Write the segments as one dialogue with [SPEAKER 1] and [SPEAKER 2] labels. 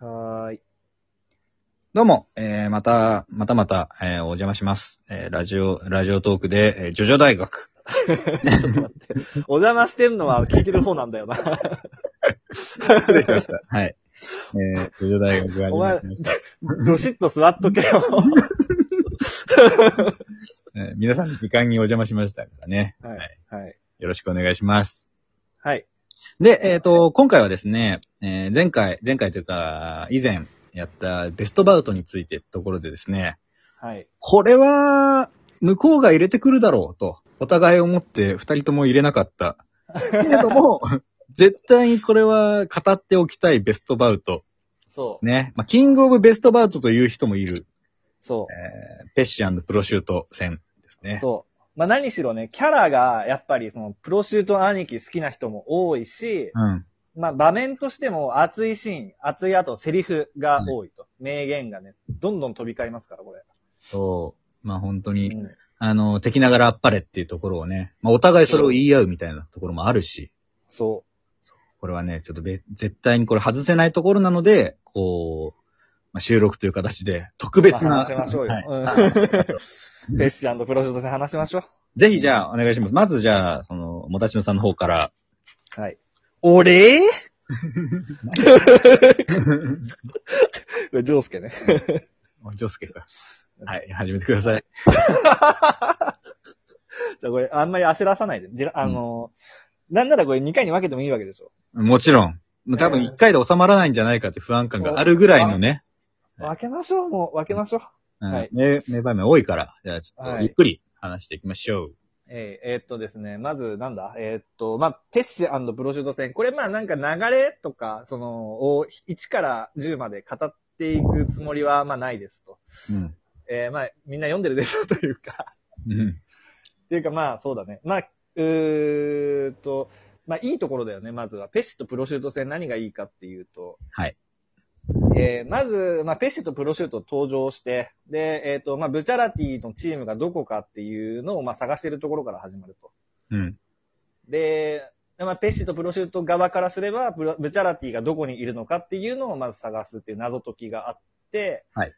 [SPEAKER 1] はーい。
[SPEAKER 2] どうも、えー、また、またまた、えー、お邪魔します。えー、ラジオ、ラジオトークで、えー、ジョジョ大学。
[SPEAKER 1] ちょっと待って。お邪魔してんのは聞いてる方なんだよな。
[SPEAKER 2] 失礼しました。 はい。えー、ジョジョ大学が
[SPEAKER 1] お前
[SPEAKER 2] 始まりました。
[SPEAKER 1] どしっと座っとけよ。
[SPEAKER 2] えー皆さんの時間にお邪魔しましたからね。
[SPEAKER 1] はい。はい。
[SPEAKER 2] よろしくお願いします。
[SPEAKER 1] はい。
[SPEAKER 2] で、えっ、と、今回はですね、えー、前回、前回というか、以前やったベストバウトについてところでですね、
[SPEAKER 1] はい。
[SPEAKER 2] これは、向こうが入れてくるだろうと、お互い思って二人とも入れなかった。けれども、 絶対にこれは語っておきたいベストバウト。
[SPEAKER 1] そう。
[SPEAKER 2] ね。まあ、キングオブベストバウトという人もいる、
[SPEAKER 1] そ
[SPEAKER 2] えーペッシアンのプロシュート戦です
[SPEAKER 1] う。
[SPEAKER 2] ね。
[SPEAKER 1] そう。まあ何しろね、キャラが、やっぱりその、プロシュート兄貴好きな人も多いし、
[SPEAKER 2] うん。
[SPEAKER 1] まあ場面としても熱いシーン、熱い後セリフが多いと。名言がね、どんどん飛び交いますから、これ。
[SPEAKER 2] そう。まあ、本当
[SPEAKER 1] う
[SPEAKER 2] に、
[SPEAKER 1] ん
[SPEAKER 2] あの、敵ながらあっぱれっていうところをね、まあ、お互いそれを言い合うみたいなところもあるし、
[SPEAKER 1] そ
[SPEAKER 2] これはね、ちょっとべ、絶対にこれ外せないところなので、こう、まあ、収録という形で、特
[SPEAKER 1] う。
[SPEAKER 2] 別な。
[SPEAKER 1] まあ話しましょうよ。
[SPEAKER 2] はい
[SPEAKER 1] う んペッシャンとプロシュート戦話しましょ
[SPEAKER 2] ぜひじゃあ、お願いします。まずじゃあ、その、もたちのさんの方 から。
[SPEAKER 1] う。はい。 俺ジョースケね。
[SPEAKER 2] ジョスケさん。はい、始めてください。
[SPEAKER 1] じゃあこれ、あんまり焦らさないで。じらあのー、なんならこれ2回に分けてもいいわけでしょ。
[SPEAKER 2] もちろん。もう多分一回で収まらないんじゃないかって不安感があるぐらいのね。はい
[SPEAKER 1] 分けましょう、もう、分けましょう。
[SPEAKER 2] うん
[SPEAKER 1] はい
[SPEAKER 2] 名名場面多いから。じゃあちょっ
[SPEAKER 1] は
[SPEAKER 2] と
[SPEAKER 1] い
[SPEAKER 2] ゆっくり話していきましょう。
[SPEAKER 1] えーえーっとですね、まず、なんだえーっと、まあ、ペッシュプロシュート戦。これ、まあ、なんか流れとか、その、を1から10まで語っていくつもりは、まあ、ないですと。
[SPEAKER 2] うん。
[SPEAKER 1] えーまあ、みんな読んでるでしょというか。
[SPEAKER 2] うん。
[SPEAKER 1] っていうかまあ、そうだね。まあ、うーっと、まあいいところだよね、まずは。ペシとプロシュート戦何がいいかっていうと。
[SPEAKER 2] はい。
[SPEAKER 1] えーまず、まあ、ペシとプロシュート登場して、で、えーっ、と、まあ、ブチャラティのチームがどこかっていうのを、まあ、探してるところから始まると。
[SPEAKER 2] うん。
[SPEAKER 1] で、まあ、ペシとプロシュート側からすれば、ブラブチャラティがどこにいるのかっていうのをまず探すっていう謎解きがあって、
[SPEAKER 2] はい。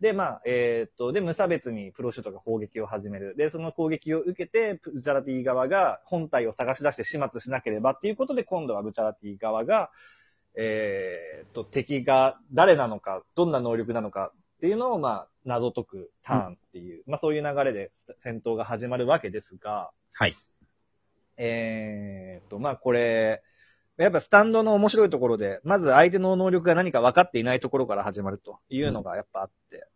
[SPEAKER 1] で、まあ、えーっと、で、無差別にプロシュートが攻撃を始める。で、その攻撃を受けて、ブチャラティ側が本体を探し出して始末しなければっていうことで、今度はブチャラティ側が、えーっと、敵が誰なのか、どんな能力なのかっていうのを、まあ、謎解くターンっていう、まあ、そういう流れで戦闘が始まるわけですが、
[SPEAKER 2] はい。
[SPEAKER 1] えーっと、まあこれ、やっぱスタンドの面白いところで、まず相手の能力が何か分かっていないところから始まるというのがやっぱあって。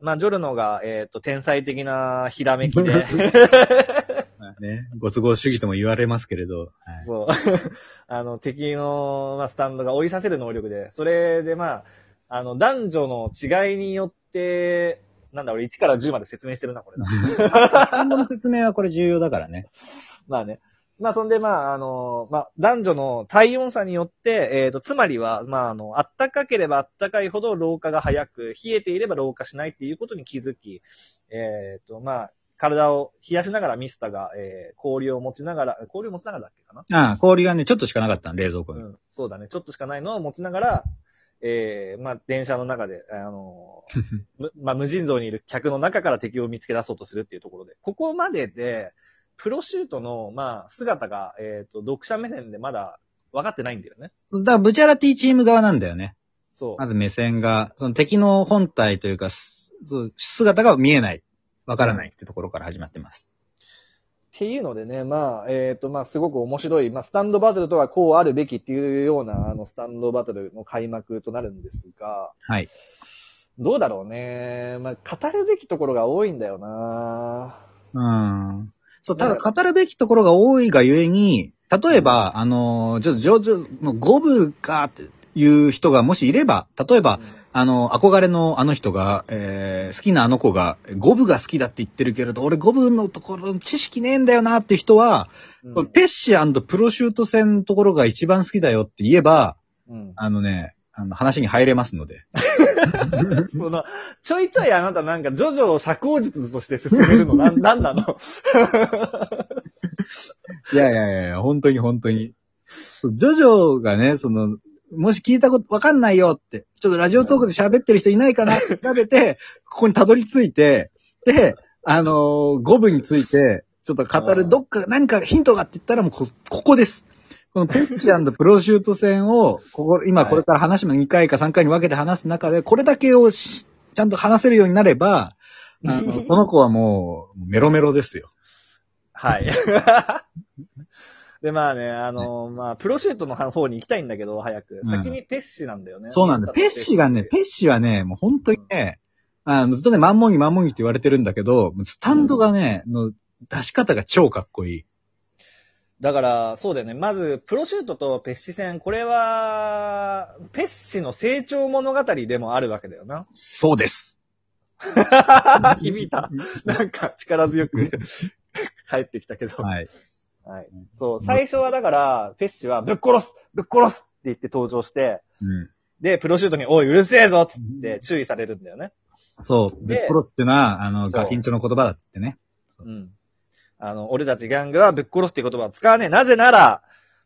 [SPEAKER 1] まあジョルノが、えーっと、天才的なひらめきで、
[SPEAKER 2] まあね、ご都合主義とも言われますけれど。はい
[SPEAKER 1] そう。 あの、敵の、まあ、スタンドが追いさせる能力で、それでまあ、あの、男女の違いによって、なんだ、俺1から10まで説明してるな、これな。
[SPEAKER 2] 単語の説明はこれ重要だからね。
[SPEAKER 1] まあね。まあ、そんで、まあ、あの、まあ、男女の体温差によって、えっ、と、つまりは、まあ、あの、あったかければあったかいほど老化が早く、冷えていれば老化しないっていうことに気づき、えっ、と、まあ、体を冷やしながらミスタが、えー氷を持ちながら、氷を持ちながらだっけかな
[SPEAKER 2] ああ、氷がね、ちょっとしかなかったの、冷蔵庫
[SPEAKER 1] う
[SPEAKER 2] に。
[SPEAKER 1] ん、そうだね。ちょっとしかないのを持ちながら、えーまあ、電車の中で、あの ーむまあ、無尽蔵にいる客の中から敵を見つけ出そうとするっていうところで、ここまでで、プロシュートの、まあ、姿が、えっ、と、読者目線でまだ分かってないんだよね。
[SPEAKER 2] そうだから、ブチャラティチーム側なんだよね。
[SPEAKER 1] そう。
[SPEAKER 2] まず目線が、その敵の本体というか、すそう姿が見えない。わからないってところから始まってます。
[SPEAKER 1] っていうのでね、まあ、えっ、と、まあ、すごく面白い、まあ、スタンドバトルとはこうあるべきっていうような、あの、スタンドバトルの開幕となるんですが、
[SPEAKER 2] はい。
[SPEAKER 1] どうだろうね。まあ、語るべきところが多いんだよな
[SPEAKER 2] うん。そう、ただ語るべきところが多いがゆえに、例えば、あのー、ちょっと上手の五部かっていう人がもしいれば、例えば、あの、憧れのあの人が、えー、好きなあの子が、五部が好きだって言ってるけれど、俺五部のところの知識ねえんだよなって人は、
[SPEAKER 1] うん
[SPEAKER 2] このペッシュプロシュート戦のところが一番好きだよって言えば、
[SPEAKER 1] うん。
[SPEAKER 2] あのね、あの話に入れますので。
[SPEAKER 1] その、ちょいちょいあなたなんか、ジョジョを社交術として進めるの、なん、なんなの
[SPEAKER 2] いやいやいや、本当に本当に。ジョジョがね、その、もし聞いたこと、わかんないよって、ちょっとラジオトークで喋ってる人いないかなって調べて、ここにたどり着いて、で、あのー、5部について、ちょっと語
[SPEAKER 1] う
[SPEAKER 2] る、
[SPEAKER 1] ん
[SPEAKER 2] どっか、何かヒントがって言ったらもうこ、ここです。このペッチプロシュート戦を、ここ、今
[SPEAKER 1] はい
[SPEAKER 2] これから話も2回か3回に分けて話す中で、これだけをし、ちゃんと話せるようになれば、あ の、この子はもう、メロメロですよ。
[SPEAKER 1] はい。で、まあね、あのまあ、プロシュートの方に行きたいんだけど、早く。
[SPEAKER 2] うん
[SPEAKER 1] 先にペッシなんだよね。
[SPEAKER 2] そうなんだ。ペッシがね、ペッシはね、もう本当にね、あのずっとね、マンモンギマンモンギって言われてるんだけど、スタンドがね、の出し方が超かっこいい。。
[SPEAKER 1] だから、そうだよね。まず、プロシュートとペッシ戦、これは、ペッシの成長物語でもあるわけだよな
[SPEAKER 2] そうです。
[SPEAKER 1] 響いた。なんか、力強く 帰ってきたけど。
[SPEAKER 2] はい。
[SPEAKER 1] はい。そう、最初はだから、ペッシは、ぶっ殺すぶっ殺すって言って登場して、
[SPEAKER 2] うん。
[SPEAKER 1] で、プロシュートに、おい、うるせえぞっつって注意されるんだよね。
[SPEAKER 2] そう。ぶっ
[SPEAKER 1] で
[SPEAKER 2] 殺すってのは、あ
[SPEAKER 1] そ
[SPEAKER 2] の、
[SPEAKER 1] う
[SPEAKER 2] ガキンチョの言葉だっつってね。
[SPEAKER 1] うん。あの、俺たちギャングはぶっ殺すって言葉は使わねえ。なぜなら、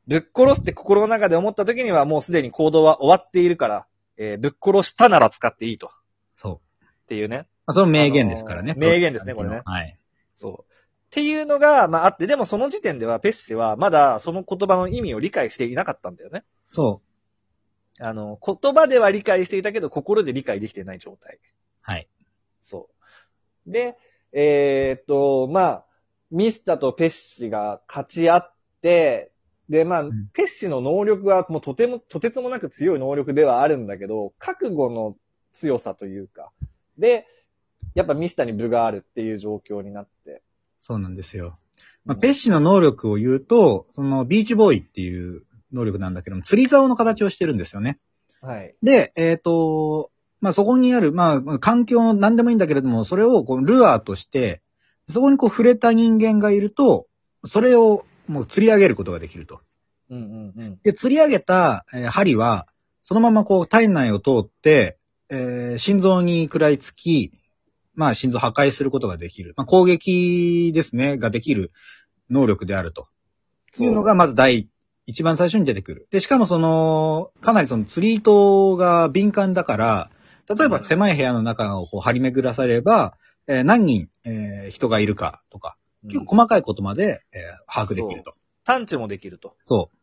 [SPEAKER 1] ぶっ殺すって心の中で思った時にはもうすでに行動は終わっているから、えーぶっ殺したなら使っていいと。っ
[SPEAKER 2] そう。
[SPEAKER 1] ていうね。
[SPEAKER 2] まあ、その名言ですからね。
[SPEAKER 1] あのー名言ですね
[SPEAKER 2] プロ
[SPEAKER 1] これね
[SPEAKER 2] はい。
[SPEAKER 1] そう。っていうのが、まああって、でもその時点ではペッシはまだその言葉の意味を理解していなかったんだよね。
[SPEAKER 2] そう。
[SPEAKER 1] あの、言葉では理解していたけど、心で理解できてない状態。
[SPEAKER 2] はい。
[SPEAKER 1] そう。で、えーっと、まあ、ミスタとペッシが勝ち合って、で、まあ
[SPEAKER 2] ん、
[SPEAKER 1] ペッシの能力はもうとても、とてつもなく強い能力ではあるんだけど、覚悟の強さというか、で、やっぱミスタに部があるっていう状況になって。
[SPEAKER 2] そうなんですよ。まあ、ペッシの能力を言うと、その、ビーチボーイっていう能力なんだけども、釣り竿の形をしてるんですよね。
[SPEAKER 1] はい。
[SPEAKER 2] で、えっ、と、まあ、そこにある、まあ、環境の何でもいいんだけれども、それをこうルアーとして、そこにこう触れた人間がいると、それをもう釣り上げることができると。
[SPEAKER 1] うんうんうん。
[SPEAKER 2] で、釣り上げた、えー針は、そのままこう体内を通って、えー心臓に食らいつき、まあ、心臓を破壊することができる。まあ、攻撃ですね、ができる能力であると。っていうのが、まず第一番最初に出てくる。で、しかもその、かなりその釣り糸が敏感だから、例えば狭い部屋の中をこう張り巡らされれば、えー何人、えー人がいるかとか、
[SPEAKER 1] うん、
[SPEAKER 2] 結構細かいことまで、えー把握できると。
[SPEAKER 1] 探知もできると。
[SPEAKER 2] そう。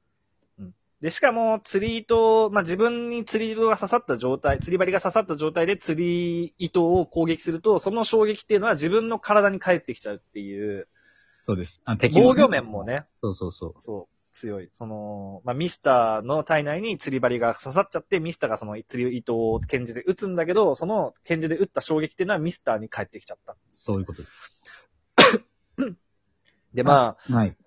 [SPEAKER 1] で、しかも、釣り糸を、まあ、自分に釣り糸が刺さった状態、釣り針が刺さった状態で釣り糸を攻撃すると、その衝撃っていうのは自分の体に返ってきちゃうっていう、
[SPEAKER 2] そうです。あ敵の
[SPEAKER 1] 防御面も。ね、
[SPEAKER 2] そうそうそう。
[SPEAKER 1] そう、強い。その、まあ、ミスターの体内に釣り針が刺さっちゃって、ミスターがその釣り糸を拳銃で撃つんだけど、その拳銃で撃った衝撃っていうのはミスターに返ってきちゃった。
[SPEAKER 2] そういうことで
[SPEAKER 1] で、まあ、
[SPEAKER 2] す。はい。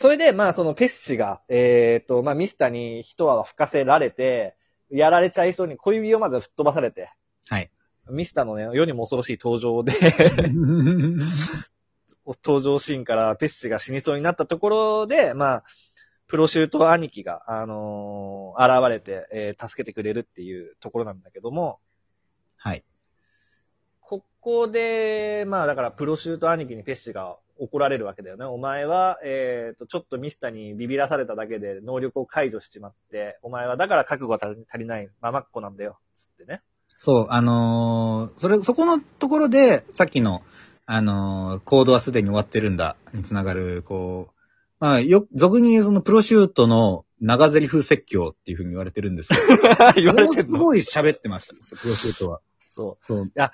[SPEAKER 1] それで、まあ、そのペッシが、えっ、と、まあ、ミスターに一泡吹かせられて、やられちゃいそうに小指をまず吹っ飛ばされて、
[SPEAKER 2] はい。
[SPEAKER 1] ミスターのね、世にも恐ろしい登場で、 登場シーンからペッシが死にそうになったところで、まあ、プロシュート兄貴が、あのー現れて、えー助けてくれるっていうところなんだけども、
[SPEAKER 2] はい。
[SPEAKER 1] ここで、まあだからプロシュート兄貴にペッシが怒られるわけだよね。お前は、えっ、と、ちょっとミスターにビビらされただけで能力を解除しちまって、お前はだから覚悟が足り足りないママっ子なんだよ。つってね。
[SPEAKER 2] そう、あのーそれ、そこのところで、さっきの、あのー行動はすでに終わってるんだ、につながる、こう、まあ、よ、俗に言うそのプロシュートの長ゼリフ説教っていうふうに言われてるんですけど、
[SPEAKER 1] 言われ
[SPEAKER 2] もう
[SPEAKER 1] て
[SPEAKER 2] す
[SPEAKER 1] るの。
[SPEAKER 2] ごい喋ってます、プロシュートは。
[SPEAKER 1] そう。
[SPEAKER 2] そう。
[SPEAKER 1] いや、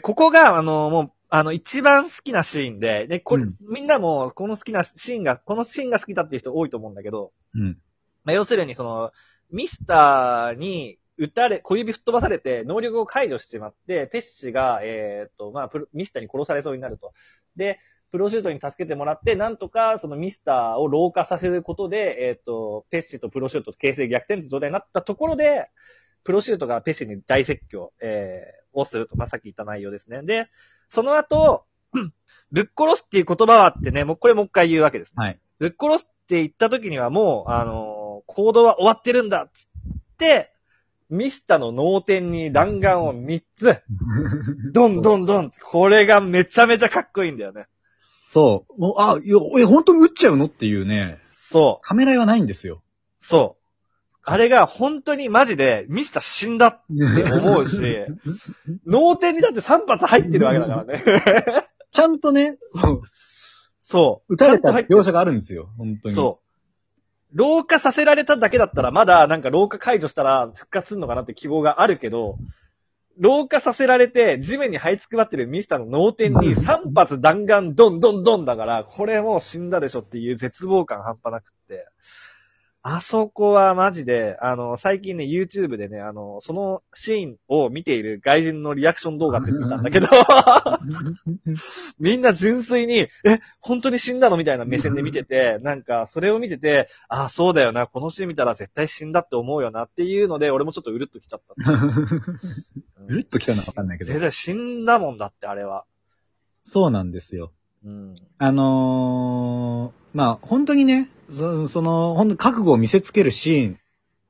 [SPEAKER 1] ここが、あの、もう、あの、一番好きなシーンで、で、これ、
[SPEAKER 2] うん
[SPEAKER 1] みんなも、この好きなシーンが、このシーンが好きだっていう人多いと思うんだけど、
[SPEAKER 2] うん。
[SPEAKER 1] まあ、要するに、その、ミスターに撃たれ、小指吹っ飛ばされて、能力を解除してしまって、ペッシが、えーっと、まあ、プロミスターに殺されそうになると。で、プロシュートに助けてもらって、なんとか、そのミスターを老化させることで、えーっと、ペッシとプロシュートと形勢逆転って状態になったところで、プロシュートがペッシに大説教、えーをすると、まあ、さっき言った内容ですね。で、その後、 ぶっ殺すっていう言葉はあってね、もう、これもう一回言うわけですね
[SPEAKER 2] はい。
[SPEAKER 1] ぶっ殺すって言った時にはもう、あのー行動は終わってるんだっつって、ミスタの脳天に弾丸を3つ、どんどんどん、これがめちゃめちゃかっこいいんだよね。
[SPEAKER 2] そう。もう、あ、いや、え、本当に撃っちゃうのっていうね、
[SPEAKER 1] そ
[SPEAKER 2] カメラはないんですよ。
[SPEAKER 1] う、そあれが本当にマジでミスター死んだっって思うし、脳天にだって3発入ってるわけだからね。
[SPEAKER 2] ちゃんとね、そう、
[SPEAKER 1] そう。
[SPEAKER 2] 打た
[SPEAKER 1] ちゃ
[SPEAKER 2] れた
[SPEAKER 1] んと入って
[SPEAKER 2] 描写があるんですよ、本当に。
[SPEAKER 1] そう。老化させられただけだったら、まだなんか老化解除したら復活するのかなって希望があるけど、老化させられて地面に這いつくばってるミスターの脳天 に3発弾丸ドンドンドンだから、これもう死んだでしょっていう絶望感半端なくって。あそこはマジで、あの、最近ね、YouTube でね、あの、そのシーンを見ている外人のリアクション動画って見たんだ けど、みんな純粋に、え、本当に死んだのみたいな目線で見てて、なんか、それを見てて、ああ、そうだよな、このシーン見たら絶対死んだって思うよなっていうので、俺もちょっとうるっときちゃった。
[SPEAKER 2] うるっときたのはわかんないけど
[SPEAKER 1] 絶。対死んだもんだって、あれは。
[SPEAKER 2] そうなんですよ。
[SPEAKER 1] うん。
[SPEAKER 2] あのー、まあ、本当にね、そその、本当覚悟を見せつけるシーン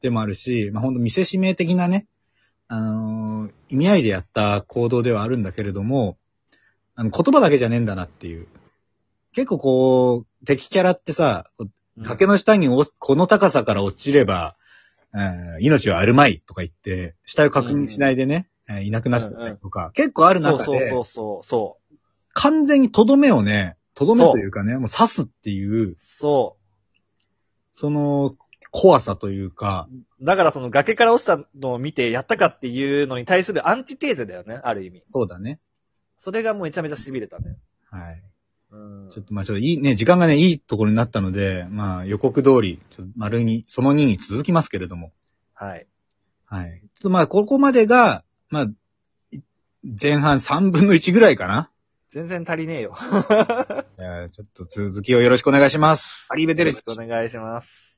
[SPEAKER 2] でもあるし、まあ、本当見せしめ的なね、あのー意味合いでやった行動ではあるんだけれども、あの、言葉だけじゃねえんだなっていう。結構こう、敵キャラってさ、こう崖の下におこの高さから落ちれば、うん命はあるまいとか言って、下を確認しないでね、えーいなくなったりとか、結構ある
[SPEAKER 1] そ
[SPEAKER 2] 中
[SPEAKER 1] う
[SPEAKER 2] で、
[SPEAKER 1] そうそうそう。そ
[SPEAKER 2] 完全にとどめをね、とどめというかね、もう刺すっていう
[SPEAKER 1] う。、そ
[SPEAKER 2] その怖さというか、
[SPEAKER 1] う。だからその崖から落ちたのを見て、やったかっていうのに対するアンチテーゼだよね、ある意味。
[SPEAKER 2] そうだね。
[SPEAKER 1] それがもうめちゃめちゃ痺れたね。
[SPEAKER 2] はい。
[SPEAKER 1] うん。
[SPEAKER 2] ちょっとまあちょっといいね、時間がね、いいところになったので、まあ予告通り、ちょっと丸に、その2に続きますけれども。
[SPEAKER 1] はい。
[SPEAKER 2] はい。ちょっとまあここまでが、まあ、い前半3分の1ぐらいかな。
[SPEAKER 1] 全然足りねえよ。よ
[SPEAKER 2] えーちょっと続きをよろしくお願いします。アリーベデル
[SPEAKER 1] ろ
[SPEAKER 2] ス
[SPEAKER 1] しくお願いします。